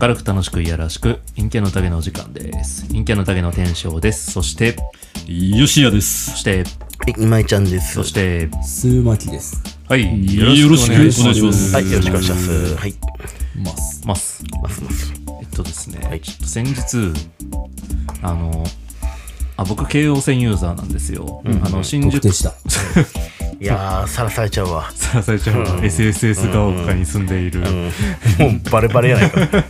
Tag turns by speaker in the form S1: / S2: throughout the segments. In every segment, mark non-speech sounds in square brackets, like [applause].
S1: 明るく楽しくいやらしく、陰キャの宴のお時間です。陰キャの宴の天翔です。そして、
S2: よしやで
S1: そ
S2: す。
S1: して、
S3: 今井ちゃんです。
S1: そして、
S4: 数巻です。
S1: はい、
S2: よろしくお願いします
S3: はい、よろしくお願いします。はい。
S4: ます。
S1: ます。
S3: ますます。
S1: えっとですね、
S3: はい
S1: ちょっと先日、あの、あ僕、京王線ユーザーなんですよ。あの、新
S4: 特
S1: 宿
S4: 定した。
S3: いやー、さらされちゃうわ。
S1: さらされちゃう SSS が丘に住んでいる、
S3: もうバレバレやないか。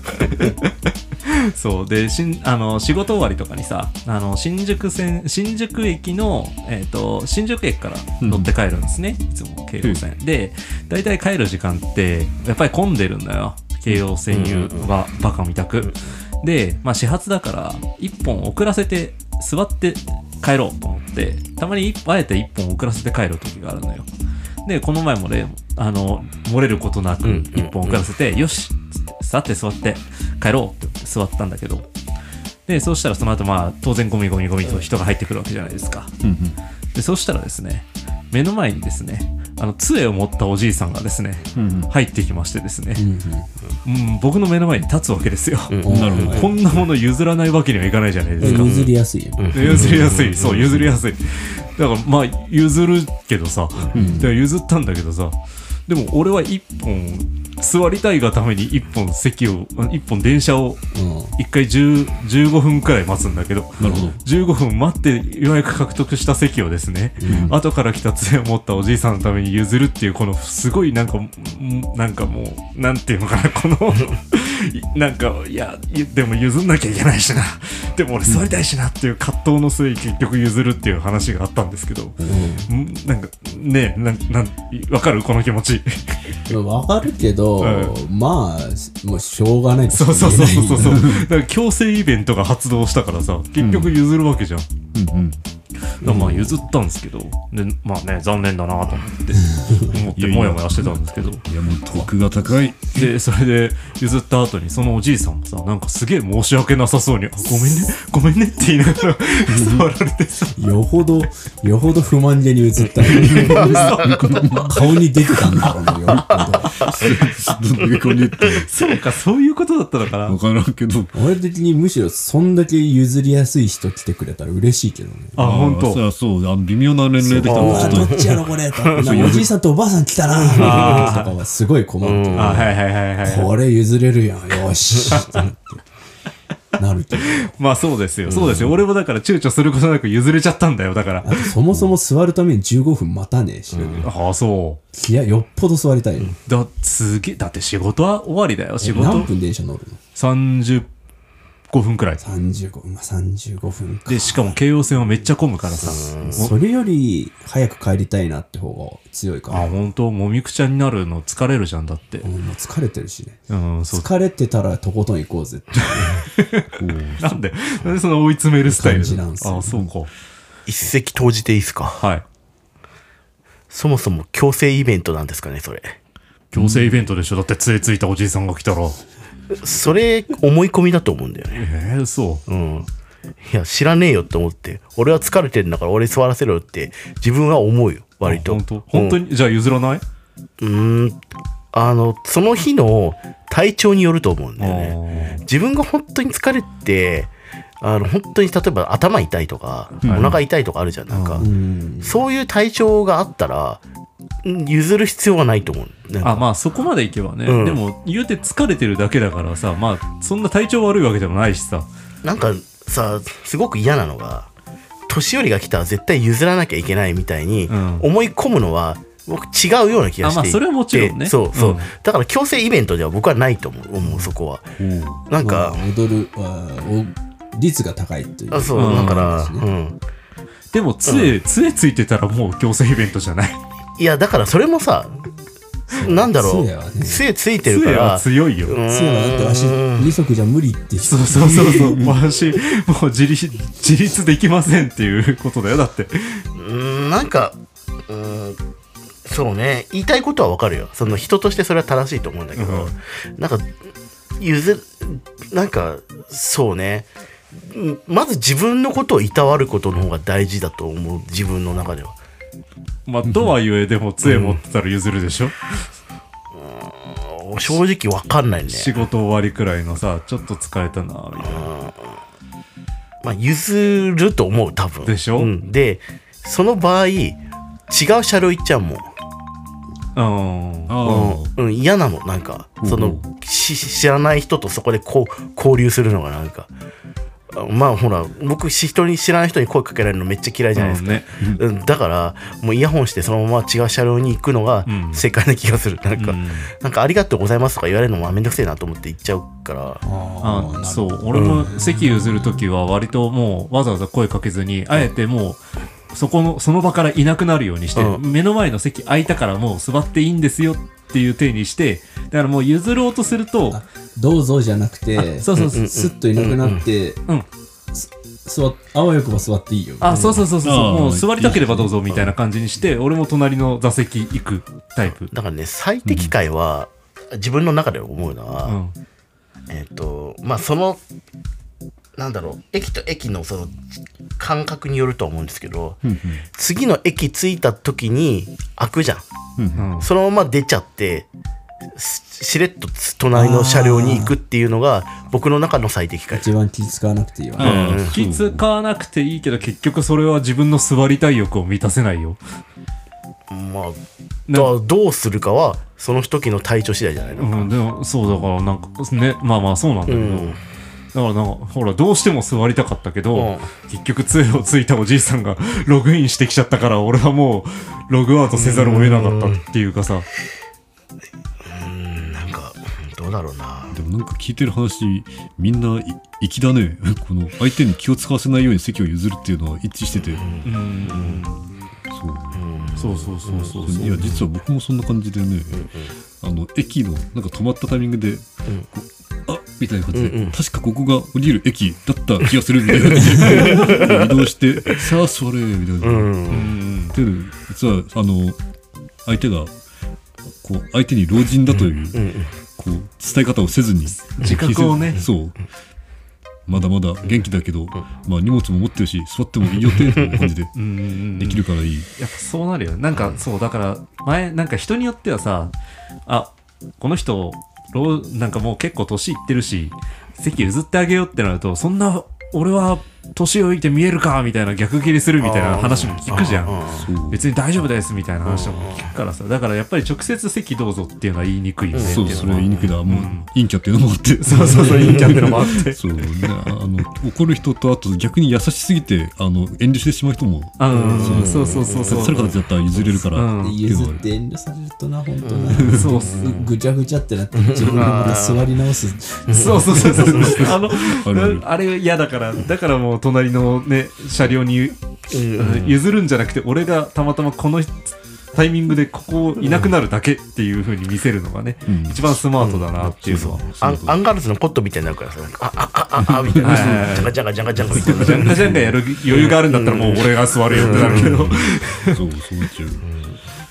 S1: [laughs] そうでしんあの仕事終わりとかにさあの新宿線新宿駅の、えー、と新宿駅から乗って帰るんですね、いつも京王線、で大体帰る時間ってやっぱり混んでるんだよ京王線いうのがバカみたく、で、まあ、始発だから1本遅らせて座って帰ろうと思ってたまに一あえて1本遅らせて帰る時があるのよでこの前もねあの漏れることなく
S3: うんうん
S1: 1本遅らせて、よしっつってさて座って帰ろうって言って座ったんだけどでそうしたらその後まあ当然ゴミゴミゴミと人が入ってくるわけじゃないですかでそうしたらですね目の前にですねあの杖を持ったおじいさんがですね入ってきましてですね、うん、僕の目の前に立つわけですよ、
S4: なるほ
S1: こんなもの譲らないわけにはいかないじゃないですか、
S4: 譲りやすいよ。
S1: [laughs] 譲りやすいそう譲りやすいだからまあ譲るけどさ、だから譲ったんだけどさでも俺は一本座りたいがために一本席をあ一本電車を
S4: う
S1: 一回10 15分くらい待つんだけど
S2: なるほど。
S1: 15分待ってようやく獲得した席をですね、後から来た杖を持ったおじいさんのために譲るっていうこのすごいなんかんなんかもうなんていうのかなこの [laughs] いなんかいやいでも譲んなきゃいけないしなでも俺座りたいしなっていう葛藤の末結局譲るっていう話があったんですけど、んなんかねえなんなんわかるこの気持ち
S4: ん。わかるけど、
S1: う
S4: まあ、もうしょうがない
S1: そうそうそうそう [laughs] そうそうだから強制イベントが発動したからさ結局譲るわけじゃんだからまあ譲ったんですけど、でまあね残念だなと思って思ってもやもやしてたんですけど
S2: いや、もう得が高い。
S1: でそれで譲った後にそのおじいさんもさなんかすげえ申し訳なさそうにあ「ごめんねごめんね」って言いながら触られてさ
S4: [laughs] よほど、よほど不満げに映った。顔に出てたんだろうね、よっぽど
S2: [laughs] どんだけこれ言って
S1: そうかそういうことだったのかな
S2: わからんけど。
S4: 俺的にむしろそんだけ譲りやすい人来てくれたら嬉しいけどね。
S1: あ本当
S2: そうそう、あの微妙な年齢で来た
S4: う
S2: の
S4: わ
S2: ちょっ
S4: ど
S2: と。
S4: っちやろこれとなおじいさんとおばあさん来たなとかはすごい困るけど
S1: あはいはいはいはい
S4: これ譲れるやんよしってなってなるけど
S1: まあそうですよそうですよ、俺もだから躊躇することなく譲れちゃったんだよだから
S4: あとそもそも座るために15分待たねえし、
S1: ああそ
S4: いやよっぽど座りたいよ、
S1: うだすげえだって仕事は終わりだよ仕
S4: 何
S1: 事
S4: 分電車乗るの
S1: 35分くらい
S4: 35分まあ35分か
S1: でしかも京王線はめっちゃ混むからさ
S4: それより早く帰りたいなって方が強いか
S1: あ
S4: ら、
S1: 本当もみくちゃになるの疲れるじゃんだって
S4: うん、もう疲れてるしね
S1: うんそう
S4: 疲れてたらとことん行こう
S1: [laughs]
S4: ぜって
S1: なんで [laughs] なんでその追い詰めるスタイル
S4: 感じなんすよ
S1: あそうか
S3: [laughs] 一石投じていいですか。
S1: はい
S3: そもそも強制イベントなんですかね、それ。
S1: 強制イベントでしょだって杖ついたおじいさんが来たら
S3: それ、思い込みだと思うんだよね。
S1: ええそう
S3: うん。いや、知らねえよって思って。俺は疲れてるんだから俺座らせろよって、自分は思うよ、割と。
S1: 本当本当
S3: に。
S1: にじゃあ譲らない
S3: うん。あの、その日の体調によると思うんだよね。
S1: あ
S3: 自分が本当に疲れてあの本当に例えば頭痛いとか、お腹痛いとかあるじゃんなんか、
S4: ん
S3: そういう体調があったらん譲る必要はないと思うなん
S1: ー
S3: か
S1: あまあそこまでいけばね、
S3: うん
S1: でも言うて疲れてるだけだからさまあそんな体調悪いわけでもないしさ
S3: なんかさすごく嫌なのが年寄りが来たら絶対譲らなきゃいけないみたいに
S1: うん
S3: 思い込むのは僕違うような気がして
S1: あま
S3: いて、
S1: あそれはもちろんね
S3: そうそう、
S1: うん
S3: だから強制イベントでは僕はないと思う思うそこはなんか、
S4: まあ踊るあお率が高いという
S3: あそう、
S1: うん
S3: だから、
S4: そうです
S3: うん、
S1: でも杖、杖ついてたらもう強制イベントじゃない
S3: いやだからそれもさなんだろう
S4: 杖はね
S3: 杖ついてるか
S1: 杖は
S3: ら
S1: 強いよ、
S4: そうだってわし二足じゃ無理って
S1: そうそうそうそう私もう自立自立できませんっていうことだよだって
S3: うーんなんかうーんそうね言いたいことはわかるよその人としてそれは正しいと思うんだけど、
S1: う
S3: なんか譲なんかそうねうんまず自分のことをいたわることの方が大事だと思う自分の中では
S1: まあとはいえでも杖持ってたら譲るでしょ、
S3: あーそう正直わかんないね
S1: 仕事終わりくらいのさ、ちょっと疲れたな、みたいな。
S3: まあ、譲ると思う多分
S1: でしょ
S3: うん、でその場合違う車両行っちゃうもん
S1: うん。
S2: ああ
S3: うん、嫌なのなんかそのし知らない人とそこでこう交流するのがなんかあまあほら僕し人に知らない人に声かけられるのめっちゃ嫌いじゃないですか、
S1: ね。
S3: うんだからもうイヤホンしてそのまま違う車両に行くのが
S1: うん
S3: 正解な気がする、なんか、
S1: うん
S3: なんかありがとうございますとか言われるのもめんどくせえなと思って行っちゃうから
S4: あ
S1: あ
S4: あ、。
S1: そうう俺も席譲る時は割ともうわざわざ声かけずにあえてもうそこのその場からいなくなるようにして、
S3: うん
S1: 目の前の席空いたからもう座っていいんですよっていう手にしてだからもう譲ろうとすると
S4: あどうぞじゃなくて、
S1: そうそうそう
S4: スッといなくなって、
S1: うん
S4: 座っあわよくば座っていいよ。
S1: あそうそうそうそう
S2: あー
S1: もう座りたければどうぞみたいな感じにして俺も隣の座席行くタイプ、
S3: だからね最適解は、自分の中で思うのは、
S1: うん、
S3: えっ、とまあそのなんだろう駅と駅のその感覚によるとは思うんですけど、次の駅着いた時に開くじゃん
S1: うん
S3: そのまま出ちゃってししれっと隣の車両に行くっていうのが僕の中の最適解
S4: 一番気使わなくていいわね。
S2: ああ
S1: 気使わなくていいけど結局それは自分の座りたい欲を満たせないよ
S3: まあ
S1: な
S3: だからどうするかはその時の体調次第じゃないの、
S1: うん、でもそうだからなんかねまあまあそうなんだけど、
S3: うん
S1: だからなんかほらどうしても座りたかったけど、
S3: うん
S1: 結局杖をついたおじいさんが [laughs] ログインしてきちゃったから俺はもうログアウトせざるを得なかったっていうかさ、
S3: なんかどうだろうな
S2: でもなんか聞いてる話みんない粋だねこの相手に気を使わせないように席を譲るっていうのは一致してて
S1: うん
S2: そう
S1: そうそうそうそうそう
S2: いや実は僕もそんな感じでねあの駅のなんか止まったタイミングで、こうあみたいな感じで、
S3: うんうん
S2: 確かここが降りる駅だった気がするみたいな感じで移動してさあ座れみたいな。
S3: うん
S1: うん
S2: で実はあの相手がこう相手に老人だという,、こう伝え方をせずに
S1: 自覚をね
S2: 気にせずそうまだまだ元気だけど、まあ、荷物も持ってるし座ってもいいよっていう感じで
S1: うんうん
S2: できるからいい、
S1: やっぱそうなるよねなんかそうだから前なんか人によってはさあこの人老なんかもう結構年いってるし席譲ってあげようってなるとそんな俺は年老いて見えるかみたいな逆切れするみたいな話も聞くじゃん
S2: そう
S1: 別に大丈夫ですみたいな話も聞くからさだからやっぱり直接席どうぞっていうのは言いにくいよねって
S2: そう
S1: いう
S2: そ
S1: の
S2: れ
S1: は
S2: は言いにくいな、もうん陰キャっていうのもあって
S1: [laughs] そうそうそう言いちゃってるのもあって
S2: [laughs] そうねあの怒る人とあと逆に優しすぎてあの遠慮してしまう人も
S1: あうんそうそうそうそう
S2: さる形だったら譲れるから、
S1: うん
S4: で譲って遠慮されるとな、本当な。
S1: そうっす
S4: ぐちゃぐちゃってなって、自分が座り直す。
S1: そうそうそうそう。あの、
S2: あるある
S1: あれ嫌だから、だからもう隣のね、車両に、譲るんじゃなくて、俺がたまたまこのタイミングでここいなくなるだけっていう風に見せるのがね、
S2: うん
S1: 一番スマートだなっていうのは。
S3: アンアンガールズのポットみたいになるからさ、なんかあ、あ、あ、あ、あ、みたいな、ジャカジャカジャカジャカみたいな。
S1: ジャンガジャンガやる余裕があるんだったらもう俺が座るよってなるけど。
S2: そうそうなっちゃう
S1: [laughs]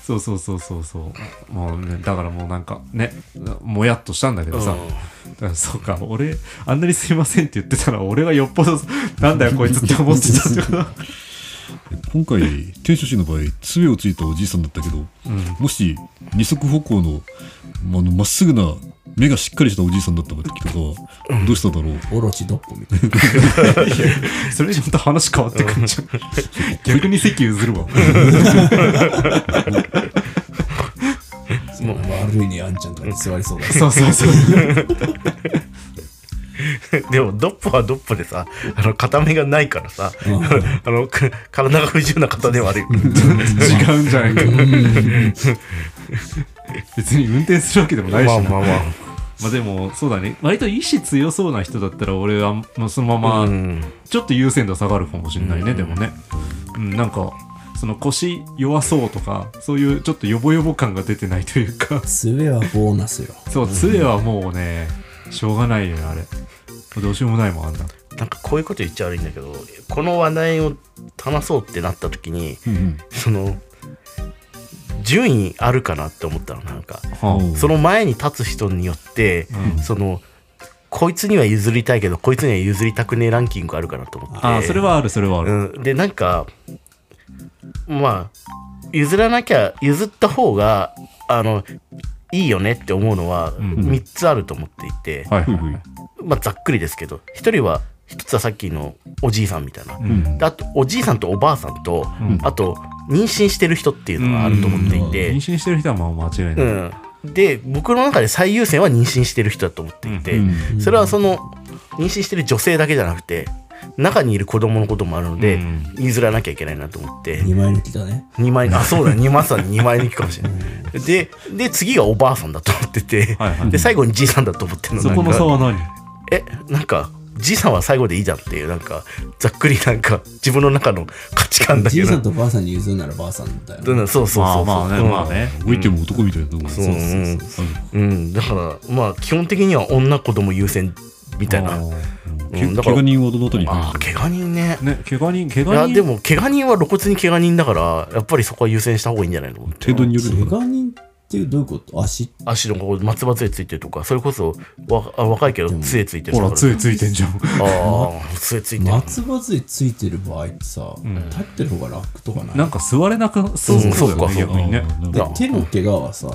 S1: そうそうそうそうそう。もうね、だからもうなんかね、もやっとしたんだけどさ。だからそうか、俺、あんなにすいませんって言ってたら、俺はよっぽど、なんだよこいつって思ってたんだけど。
S2: 今回天書士の場合杖をついたおじいさんだったけど、もし二足歩行のまああのまっすぐな目がしっかりしたおじいさんだった時とかはどうしただろう
S4: オロチドッポみたいな。
S1: それじゃまた話変わってくんじゃん。逆に席譲るわ。
S4: 悪いね、あんちゃんとかに座りそうだ。
S1: そうそうそう。
S3: でも、ドッポはドッポでさ、あの、片目がないからさ、
S4: ん
S3: あの、く体が不自由な方ではあるよ。
S1: 違うんじゃないか。別に運転するわけでもないしな。
S3: まあまあまあ。
S1: まあでも、そうだね。割と意志強そうな人だったら、俺はもうそのまま、
S3: うん
S1: ちょっと優先度下がるかもしれないね、でもね。うん、なんか、その腰弱そうとか、そういうちょっとヨボヨボ感が出てないというか。
S4: 杖はボーナスよ。
S1: そう、杖はもうね、しょうがないよね、あれ。どうしようもないもん、あんな。
S3: なんかこういうこと言っちゃ悪いんだけど、この話題を話そうってなった時に、
S2: うん
S3: その、順位あるかなって思ったの、なんか。
S1: は
S3: その前に立つ人によって、そのこいつには譲りたいけどこいつには譲りたくねえランキングがあるかなと思って
S1: あ、あー、それはある、それはある。
S3: うん、でなんかまあ譲らなきゃ譲った方があのいいよねって思うのは3つあると思っていて、
S1: はいはい
S2: うん
S1: は
S3: まあ、ざっくりですけど1人は1つはさっきのおじいさんみたいな、であとおじいさんとおばあさんと、あと妊娠してる人っていう
S1: い。
S3: のがあると思ってい
S1: うん妊
S3: て、
S1: 娠してる人はまあ間違い
S3: うん
S1: ない。
S3: で僕の中で最優先は妊娠してる人だと思っていて、それはその妊娠してる女性だけじゃなくて中にいる子供のこともあるので、
S1: うん
S3: 譲らなきゃいけないなと思って。
S4: 二枚抜きだね。
S3: 二枚あ
S1: [laughs]
S3: そうだね二枚さん2枚抜きかもしれないでで次がおばあさんだと思ってて、
S1: はいはい
S3: で最後にじいさんだと思ってるの
S1: そこの
S3: なん
S1: 差
S3: か
S1: は何
S3: えなんかじいさんは最後でいいじゃんっていうなんかざっくりなんか自分の中の価値観だけ
S4: じい
S3: ど
S4: さんとばあさんに譲るならばあさんだよね。
S3: うんそうそうそう
S1: ま
S3: そ
S1: あまあね、
S3: ううん
S1: まあね。
S2: 老いても男みたいなところ
S3: そううん
S2: そう
S3: うんだからまあ基本的には女子供優先みたいな、
S1: あー
S3: うん、だ
S2: 怪
S3: から
S2: 我人はどのあたりに
S3: あー怪我人ね
S1: ね、怪我人、怪
S3: いや
S1: 我人。
S3: でも怪我人は露骨に怪我人だからやっぱりそこは優先した方がいいんじゃないの
S2: 程度によるのか
S4: 怪我人ってどういうこと足
S3: 足のここ松葉杖ついてるとかそれこそわあ若いけど杖ついてる
S1: ほら、
S3: 人
S1: 杖ついてんじゃん。
S3: あ
S1: [laughs]
S3: あ杖ついてる
S4: 松葉杖ついてる場合ってさ、立ってる方が楽とかない
S1: なんか座れなく、そう
S3: うんそうか
S1: だよね逆にね。
S2: あー
S3: いや
S4: 手の怪我はさ、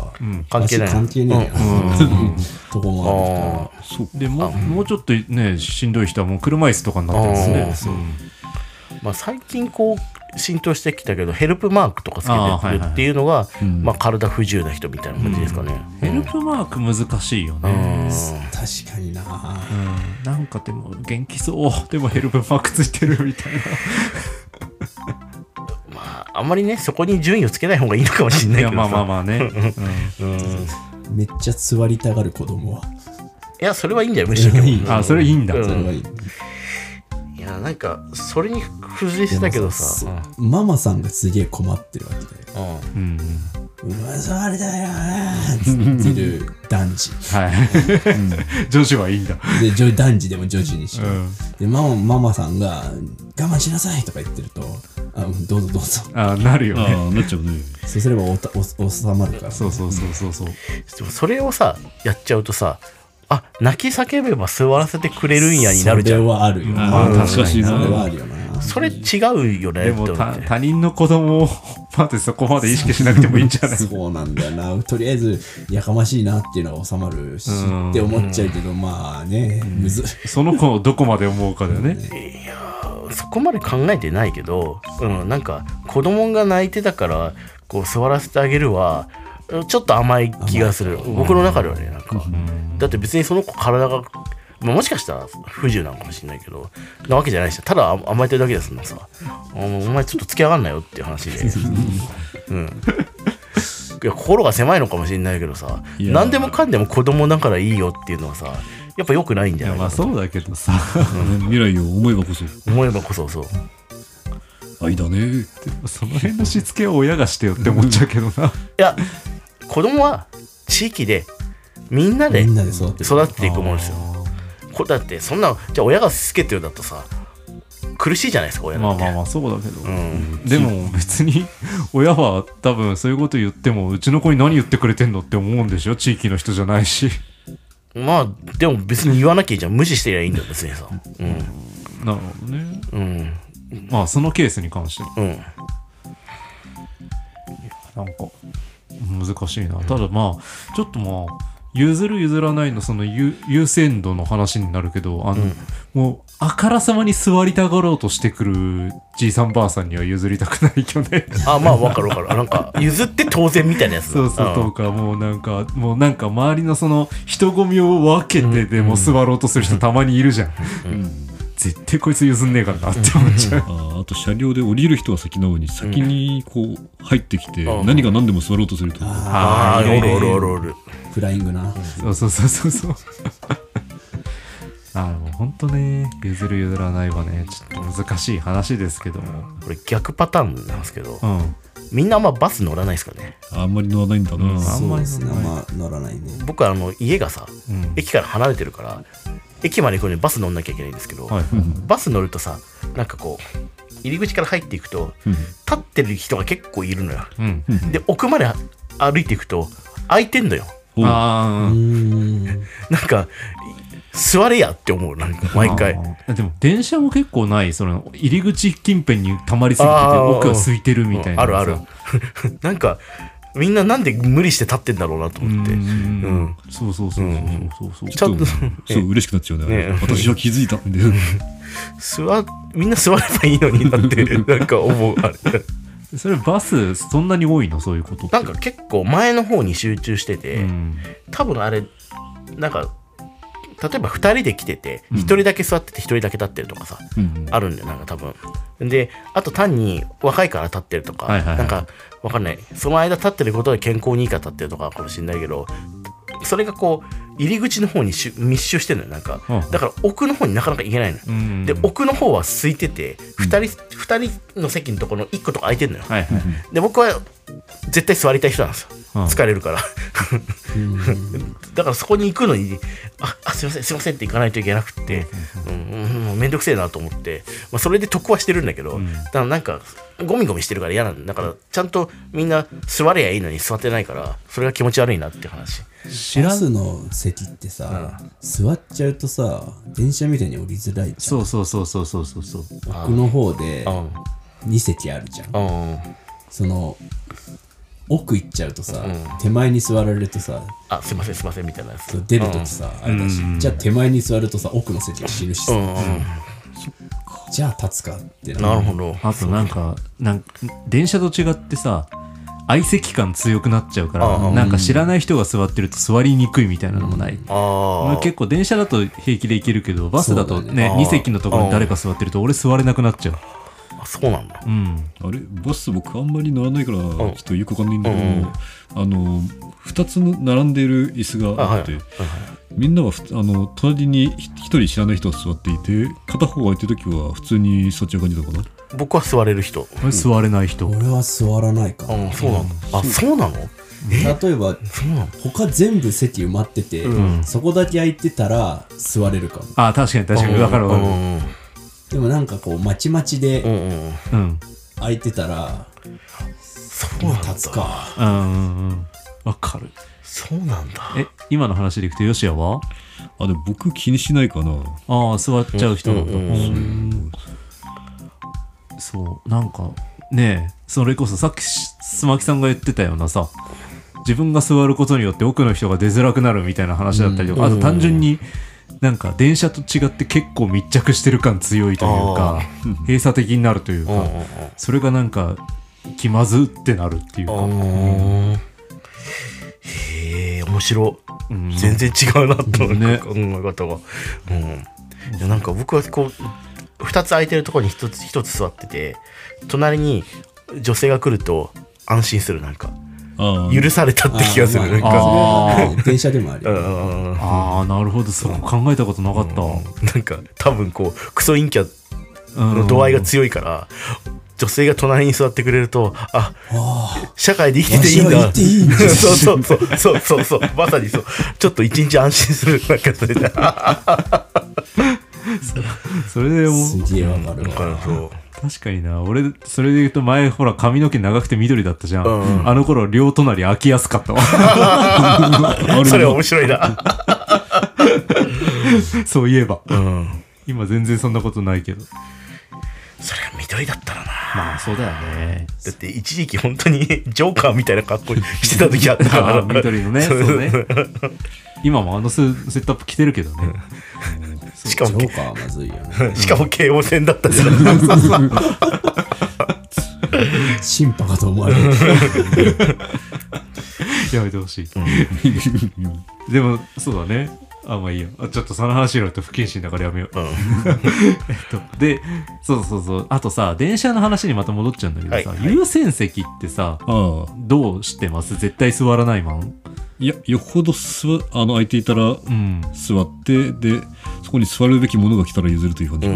S3: 関係ない
S4: 足関係ないよね [laughs] とこもある
S3: ああ
S2: そう
S1: でもうもうちょっとねしんどい人はもう車椅子とかになってますね。
S3: あまあ最近こう浸透してきたけどヘルプマークとかつ
S1: あー
S3: け
S1: は
S3: て
S1: い
S3: る
S1: はい
S3: っていうのがまあ体不自由な人みたいな感じですかね
S1: ヘルプマーク難しいよ
S3: う
S1: ね。
S3: ん
S4: 確かにな、
S1: うんなんかでも元気そうでもヘルプマークついてるみた
S3: [laughs]
S1: い
S3: まああんまりねそこに順位をつけない方がいいのかもしれ
S1: な。
S3: ないい
S1: や
S3: けど
S1: まあまあ
S3: さ
S1: まあね。
S4: めっちゃ座りたがる子供は、
S3: いやそれはいいんだよむしろ
S1: うんあそれいいんだ。
S3: うん
S4: それはいい
S3: いやなんかそれに付随してたけどさ
S4: でもさママさんがすげえ困ってるわけで
S3: うん
S1: うん
S4: 「うわ座りだよー」っつってる男児
S1: はい。 [laughs] 女子はいいんだ。
S4: で女男児でも女児にしろ、
S1: うん
S4: でママママさんが「我慢しなさい」とか言ってると「あうんどうぞどうぞ
S1: あなるよ
S2: あ
S1: ね。
S2: ーなっちゃうね」
S4: そうすればおたお収まるから
S1: そうそうそうそうそう。
S3: でもそれをさやっちゃうとさあ泣き叫べば座らせてくれるんやになるじゃん
S4: それはあるよ
S1: まあ
S4: な
S1: 確かに
S4: それは
S1: な。
S4: あるよな
S3: それ違うよね
S1: で
S3: っ
S1: も
S3: て思
S1: 他
S3: って
S1: 他人の子供をまでそこまで意識しなくてもいいんじゃない
S4: [laughs] そうなんだよな。とりあえず、やかましいなっていうのは収まるし
S1: うん
S4: って思っちゃうけど、まあね、むず。
S1: その子をどこまで思うかだよね。
S3: そこまで考えてないけど、うん、なんか子供が泣いてたからこう座らせてあげるはちょっと甘い気がする僕の中ではねなんか、だって別にその子体が、まあ、もしかしたら不自由なのかもしれないけどなわけじゃないしただ甘甘えてるだけですもんさあお前ちょっとつき上がんなよっていう話で、うん、いや心が狭いのかもしれないけどさ
S2: いや
S3: 何でもかんでも子供だからいいよっていうのはさやっぱ良くないんじ
S1: い
S3: ゃな
S1: や
S3: い
S1: まあそうだけどさ。
S2: 未来を思えばこそ
S3: 思えばこそそう
S2: 愛だね
S1: その辺のしつけを親がしてよって思っちゃうけどな。
S3: いや子供は地域でみんなで
S4: みんなで育ってる。
S3: 育っていくものですよこだってそんなじゃあ親がしつけてるだとさ苦しいじゃないですか親
S1: まあ
S3: だって、
S1: まあまあそうだけど。
S3: うん、
S1: でも別に親は多分そういうこと言ってもうちの子に何言ってくれてんのって思うんでしょ地域の人じゃないし。
S3: まあでも別に言わなきゃいいじゃん無視してりゃいいんだよ別にさうん
S1: なるほどね。
S3: うん
S1: まあそのケースに関して
S3: うん
S1: なんか難しいな。ただまあちょっとまあ譲る譲らないのその優優先度の話になるけどあの、もうあからさまに座りたがろうとしてくるじいさんばあさんには譲りたくないよね。
S3: あまあわかるわかるなんか譲って当然みたいなや
S1: [laughs]
S3: つ
S1: そうそうとかもうなんかもうなんか周りのその人混みを分けてでも座ろうとする人たまにいるじゃん、絶対こいつ譲んねえからなって思っちゃう、
S2: あーあと車両で降りる人は先なのに先にこう入ってきて
S3: うん
S2: 何が何でも座ろうとすると
S3: ああーおるおるおるおる
S4: フライングな。
S1: そうそうそうそうそうあのほんとね譲る譲らないはねちょっと難しい話ですけども
S3: これ逆パターンなんですけど
S1: うん
S3: みんなあんまバス乗らないですかね
S2: あんまり乗らないんだな
S1: うんあん
S4: そう
S1: ま
S4: で
S1: り
S4: すね。まあ、乗らないね。
S3: 僕はあの家がさ、
S1: ん
S3: 駅から離れてるから駅まで行くのにバス乗んなきゃいけないんですけど、
S1: はい
S3: バス乗るとさなんかこう入り口から入っていくと立ってる人が結構いるのよ
S1: うん
S3: で奥まで歩いていくと空いてんのよ
S2: お
S1: あー
S4: うーん。
S3: なんか座れやって思うなんか毎回
S1: あーでも電車も結構ないその入り口近辺に溜まりすぎてて
S3: あー
S1: 奥が空いてるみたいな
S3: あるある
S1: さ
S3: [laughs] なんかみんななんで無理して立ってんだろうなと思って。うん
S1: そうそうそうそうそうそう
S3: ちょっと
S2: そう嬉しくなっちゃうねあれ
S3: ね
S2: 私は気づいたんで
S3: 座みんな座ればいいのになってなんか思うあれ
S1: それバスそんなに多いのそういうことって
S3: なんか結構前の方に集中してて、
S1: うん
S3: 多分あれなんか例えば2人で来てて1人だけ座ってて1人だけ立ってるとかさ、
S2: うん
S3: あるんだよなんか多分であと単に若いから立ってるとか、
S1: はいはいはい
S3: なんかわかんないその間立ってることで健康にいいから立ってるとかかもしれないけどそれがこう入り口の方にし密集してるのよなんか
S1: うん
S3: だから奥の方になかなか行けないのよ
S1: うん
S3: で奥の方は空いてて2人 ,2 人の席のところの1個とか空いてるのよ
S1: はいはい
S3: で僕は絶対座りたい人なんですよ
S1: うん
S3: 疲れるからだからそこに行くのにああすいませんすいませんって行かないといけなくってうんうんうん面倒くせえなと思って、まあ、それで得はしてるんだけど、
S1: うん
S3: だからなんかゴミゴミしてるから嫌なんだだからちゃんとみんな座れやいいのに座ってないからそれが気持ち悪いなって話
S1: 知ら
S4: バ
S1: ん
S4: スの席ってさ、座っちゃうとさ電車みたいに降りづらいじゃん
S1: そうそうそうそうそうそうそう
S4: 奥の方で
S3: うん
S4: 2席あるじゃん
S3: うん
S4: その奥行っちゃうとさ、
S3: ん
S4: 手前に座られるとさ
S3: あすいませんすいませんみたいなやつ
S4: そう出るときさ、あれだし、じゃあ手前に座るとさ奥の席が死ぬしさ、
S3: うん、うん、
S4: じゃあ立つかって
S3: な
S4: な
S3: るほど
S1: あとなんかなん電車と違ってさ相席感強くなっちゃうか
S3: あ
S1: ら
S3: あ
S1: なんか知らない人が座ってると座りにくいみたいなのもない
S3: あ
S1: 俺
S3: あ
S1: 結構電車だと平気で行けるけどバスだと
S4: そうだ
S1: ね
S3: ああ
S1: 2席のところに誰か座ってると俺座れなくなっちゃう
S3: そうなんだ
S1: うん
S2: あれバス僕あんまり乗らないからちょ
S3: ん
S2: っとよくわかんないんだけど、
S3: うんうん
S2: あの2つ並んでいる椅子があって
S3: あ
S2: みんなはふつあの隣にひ一人知らない人が座っていて片方空いてる時は普通にそっちの感じだかな
S3: 僕は座れる人
S1: 俺座れない人
S4: 俺は座らないか
S3: う
S4: ら、
S3: んそうなのあそうなの
S4: 例えば
S3: そうなの
S4: 他全部席埋まってて、そこだけ空いてたら座れるかも
S1: ああ確かに確かに
S3: うん
S1: 分かる分かる
S4: でもなんかこうまちまち
S3: う
S4: で
S3: んうんうん
S1: うん
S4: 空いてたら
S3: そうなんだ
S4: 立つ
S1: [laughs]
S4: か
S1: うんうんうん分かる
S3: そうなんだ
S1: え今の話でいくとよしやは
S2: あでも僕気にしないかな
S1: ああ座っちゃう人なんだ
S3: うんうん
S1: うんそうなんかねえそれこそさっきし須磨木さんが言ってたようなさ自分が座ることによって奥の人が出づらくなるみたいな話だったりとか、あと単純になんか電車と違って結構密着してる感強いというか閉鎖的になるというか、
S3: うんうんうん
S1: それがなんか気まずってなるっていうか、
S3: うんへえ面白
S1: うん
S3: 全然違うなと思う
S1: ね
S3: 考え方が、うん、いやなんか僕はこう2つ空いてるところに1つ一つ座ってて隣に女性が来ると安心するなんか
S2: ああ
S3: 許されたって気がするなん
S1: あー
S3: か
S1: あ
S4: 電車でもある
S3: う
S4: よ
S3: んうんうん
S1: ああなるほどそこ考えたことなかった、
S3: なんか多分こうクソ陰キャ
S1: うん
S3: の度合いが強いから、女性が隣に座ってくれるとあ社会で生きてていいん
S4: わしは
S3: だ
S4: 生きていいんだ
S3: そうそうそうそうそうそうまさにそうちょっと一日安心するなんかそれで
S1: それでも
S4: すげえわかる
S3: だか
S4: わ
S3: らそう
S1: 確かにな俺それで言うと前ほら髪の毛長くて緑だったじゃん、
S3: うん
S1: あの頃両隣空きやすかったわ
S3: それ面白いな
S1: [laughs] そういえば
S3: うん
S1: 今全然そんなことないけど
S3: それが緑だったらな
S1: まあそうだよね
S3: だって一時期本当にジョーカーみたいな格好してた時あったか [laughs] ら
S1: あー緑のね
S3: そう
S1: そうね今もあのスセットアップ着てるけどね
S3: [laughs] し
S4: ジ
S3: か
S4: ョ
S3: も
S4: ーカーはまずいよね
S3: しかも京王線だったじゃん
S4: 審判かと思われる
S1: やめてほしい、でもそうだねあまあいいやあちょっとその話になると不謹慎だからやめよう、 [laughs]
S3: ん
S1: えっとでそうそうそうあとさ電車の話にまた戻っちゃうんだけどさ、
S3: はいはい
S1: 優先席ってさ
S2: [laughs] ああ
S1: どうしてます絶対座らないマン
S2: いやよほどすわあの空いていたら
S1: うん
S2: 座ってでそこに座るべきものが来たら譲るという感じ、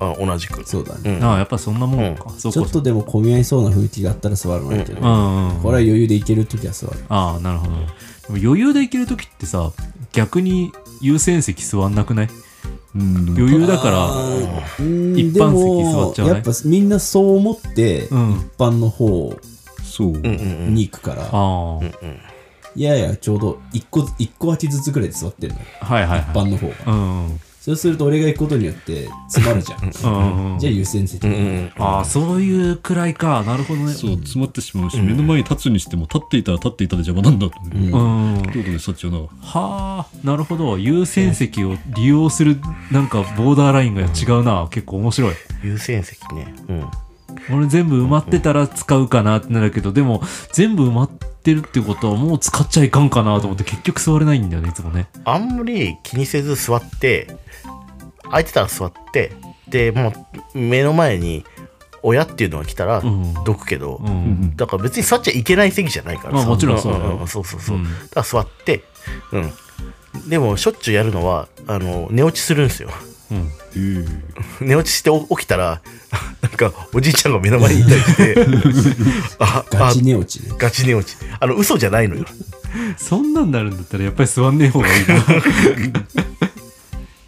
S3: あ同じく
S4: そうだね
S1: ああやっぱそんなもんか、そう
S4: ちょ
S1: か
S4: っとでも混み合いそうな雰囲気があったら座るのはいいけど、
S1: うんうん
S4: これは余裕でいけるときは座る。
S1: ああなるほどでも余裕で行ける時ってさ逆に優先席座んなくない
S2: うんでも
S1: 余裕だか
S4: あーうん
S1: 一般席座っちゃわ
S4: でも
S1: ない
S4: やっぱみんなそう思って、
S1: らうん
S4: 一般の方
S2: そう、
S3: うんうんうん
S4: に行くから、
S1: あ
S4: いやいや、ちょうど一個、一個空きずつぐらいで座ってるのよ。
S1: あはいはい
S4: 一
S1: は
S4: 般
S1: い
S4: の方が。
S1: うんうん
S4: そうすると俺が行くことによって詰まるじゃん。
S1: うんうん
S4: じゃあ優先席。
S3: うんうん
S1: ああ、そういうくらいか。なるほどね。
S2: そう詰まってしまうし、目の前に立つにしても立っていたら立っていたで邪魔なんだという、
S1: う。
S2: というんことで幸はな
S1: はあ、なるほど。優先席を利用する、なんかボーダーラインが違うな。結構面白い。
S3: 優先席ねうん
S1: 俺全部埋まってたら使うかなってなるけど、でも、全部埋まってるってことはもう使っちゃいかんかなと思って結局座れないんだよね、いつもね。
S3: あんまり気にせず座って空いてたら座ってでもう目の前に親っていうのが来たら
S1: ん
S3: どくけど、
S1: うん。
S3: だから別に座っちゃいけない席じゃないから
S1: まあ
S3: さ
S1: もちろんそうだよ
S3: んんそうそうそう、
S1: うん
S3: だから座ってうんでもしょっちゅうやるのはあの寝落ちするんですよ [laughs]
S1: うん。
S3: 寝落ちしてお起きたら [laughs] なんかおじいちゃんが目の前にいたりして
S1: [laughs]
S3: あ
S4: ガチ
S3: あ
S4: 寝落ちね。
S3: ガチ寝落ちあの嘘じゃないのよ
S1: [laughs] そんなんなるんだったらやっぱり座んねえ方がいいな。 [laughs]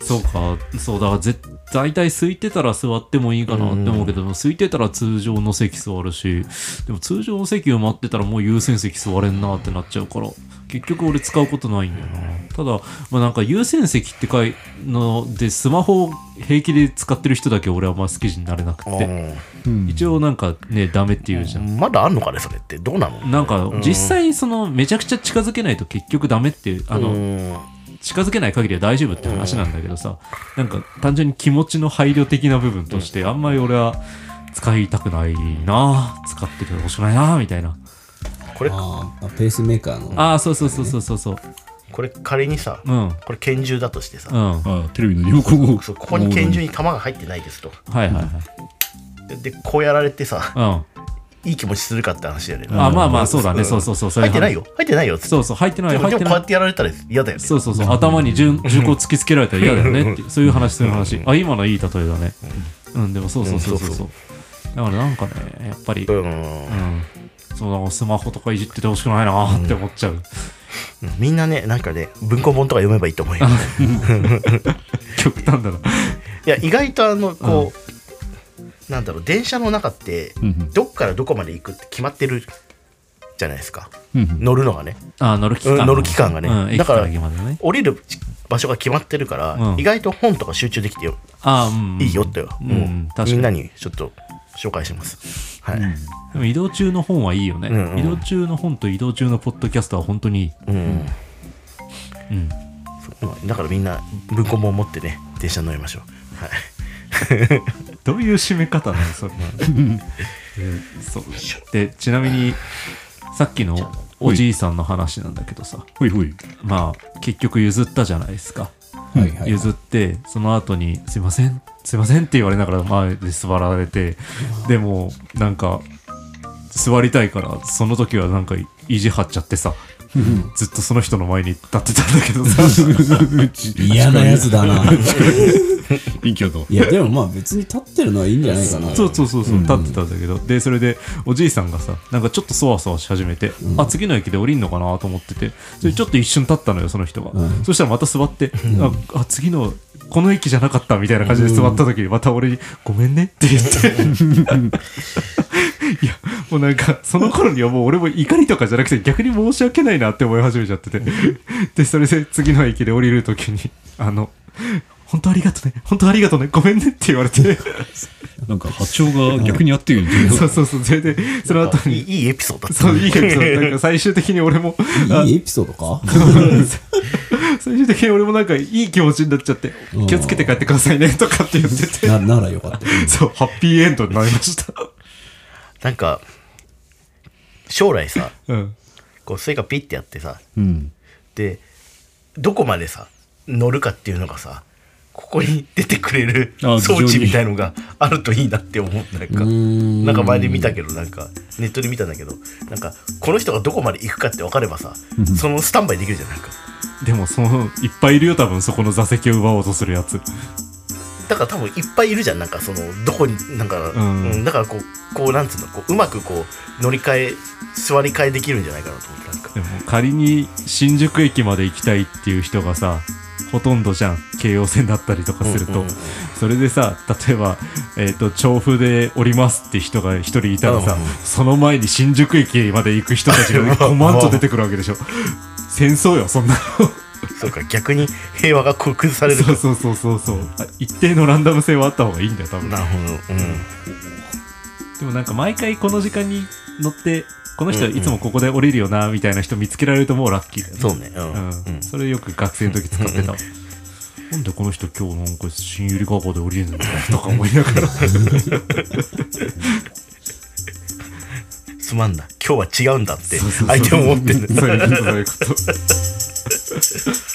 S1: そうか、そうだ、ぜ大体空いてたら座ってもいいかなって思うけど、空いてたら通常の席座るし、でも通常の席埋まってたらもう優先席座れんなってなっちゃうから、結局俺使うことないんだよな。ただ、まあなんか優先席ってかいので、スマホを平気で使ってる人だけ俺はあんま好きになれなくて、一応なんかね、ダメって言うじゃん。
S3: まだあんのかねそれってどうなの
S1: なんか実際そのめちゃくちゃ近づけないと結局ダメっていうあの、
S3: うん
S1: 近づけない限りは大丈夫って話なんだけどさ、なんか単純に気持ちの配慮的な部分としてあんまり俺は使いたくないな使っててほしくないなみたいな
S3: これ
S4: ああ、ペースメーカーの。
S1: ああそうそうそうそうそうそう
S3: これ仮にさ、
S1: うんうん
S3: これ拳銃だとしてさ、
S1: はい
S2: あテレビのリモコンを
S3: そうここに拳銃に弾が入ってないですと
S1: はいはい
S3: ででこうやられてさ
S1: うんあ
S3: いい気持ちするかって話だよね
S1: まあまあそうだねそうそうそうそれ
S3: 入ってないよ入ってないよつって
S1: そうそう入ってない
S3: でも
S1: 入
S3: で
S1: っ
S3: も
S1: て
S3: こうや
S1: な
S3: っ
S1: い
S3: てやられたら嫌だよね
S1: そうそうそう頭に銃銃口突きつけられたら嫌だよねって [laughs] そういう話そういう話あ今のいい例えだねうんでもそうそうそうそうそうだからなんかねやっぱり
S3: うん
S1: うん、そのスマホとかいじっててほしくないなーって思っちゃう、
S3: みんなねなんかね文庫本とか読めばいいと思うよ
S1: 極端だな
S3: いや意外とあのこう、なんだろう電車の中って
S2: うんうん
S3: どっからどこまで行くって決まってるじゃないですか
S2: うんうん
S3: 乗るのがね
S1: あー乗る期間
S3: うん乗る期間がね
S1: うん、
S3: だ
S1: 駅
S3: か
S1: からら駅までね
S3: 降りる場所が決まってるから、
S1: うん
S3: 意外と本とか集中できてよ
S1: あー、うん、
S3: いいよって、
S1: うん、
S3: もう
S1: うん確かに
S3: みんなにちょっと紹介します。はい。
S1: でも移動中の本はいいよね、
S3: うんうん
S1: 移動中の本と移動中のポッドキャストは本当にいい、
S3: うん。
S1: うん、
S3: そうだからみんな文庫本持ってね、電車に乗りましょう。はい。
S1: どういう締め方なのそれえそうでちなみにさっきのおじいさんの話なんだけどさ
S2: ほいほい
S1: まあ結局譲ったじゃないですか
S4: はいはい。
S1: 譲ってその後に「すいませんすいません」って言われながら前で座られてでもなんか座りたいからその時はなんか意地張っちゃってさずっとその人の前に立ってたんだけどさ
S4: 嫌なやつだな。
S2: 陰キャだ
S4: いや、でもまあ別に立ってるのはいいんじゃないかな。
S1: そうそうそうそう立ってたんだけどでそれでおじいさんがさなんかちょっとそわそわし始めてあ次の駅で降りんのかなと思っててそれちょっと一瞬立ったのよその人が
S4: うん
S1: そしたらまた座ってああ次のこの駅じゃなかったみたいな感じで座った時にまた俺に「ごめんね」って言って [laughs] いや、もうなんか、その頃にはもう俺も怒りとかじゃなくて逆に申し訳ないなって思い始めちゃってて。で、それで次の駅で降りるときに、あの、本当ありがとね、本当ありがとね、ごめんねって言われて。
S2: なんか波長が逆に合ってるよね
S3: [laughs]
S1: そうそうそう、それで、その後
S3: いい
S1: に、
S3: いいエピソードだった
S1: そう、いいやつだなんか最終的に俺も、あ
S4: [laughs] いいエピソードか
S1: [laughs] 最終的に俺もなんかいい気持ちになっちゃって、気をつけて帰ってくださいねとかって言ってて。
S4: なならよかった。
S1: そう、ハッピーエンドになりました。
S3: [laughs] なんか、将来さ、
S1: うん。
S3: こう、それがピッてやってさ、
S2: うん
S3: で、どこまでさ、乗るかっていうのがさ、ここに出てくれる
S2: あ
S3: [laughs] 装
S2: 非常
S3: 置
S2: に
S3: みたいのがあるといいなって思うなんか
S4: ん
S3: なんか前で見たけどなんかネットで見たんだけどなんかこの人がどこまで行くかって分かればさそのスタンバイできるじゃんないか
S1: でも、その、いっぱいいるよ、多分、そこの座席を奪おうとするやつ。
S3: だから多分いっぱいいるじゃんなんかそのどこになんか、
S1: うん
S3: うんだからこうこうなんつうのこううまくこう乗り換え座り換えできるんじゃないかなと思ってなんか
S1: でも仮に新宿駅まで行きたいっていう人がさほとんどじゃん京葉線だったりとかすると、
S3: うんうんうん
S1: それでさ例えば、えー、と調布で降りますって人が一人いたらさ、
S3: うんうん
S1: その前に [laughs] 新宿駅まで行く人たちが5万と出てくるわけでしょ戦争よそんなの
S3: そうか逆に平和がこう崩されるか
S1: そうそうそうそうそうあ一定のランダム性はあった方がいいんだよ多分
S3: なるほどうん
S1: でもなんか毎回この時間に乗ってこの人いつもここで降りるよなみたいな人見つけられるともうラッキーだよね
S3: そうねうん、
S1: う、
S3: うんん
S1: それよく学生の時使ってたわ [laughs] なんでこの人今日なんか新百合ヶ丘で降りるんだろうとか思 [laughs] いながら
S3: すま
S1: [laughs]
S3: んな今日は違うんだって相手も思ってる
S1: そういうことそういうこと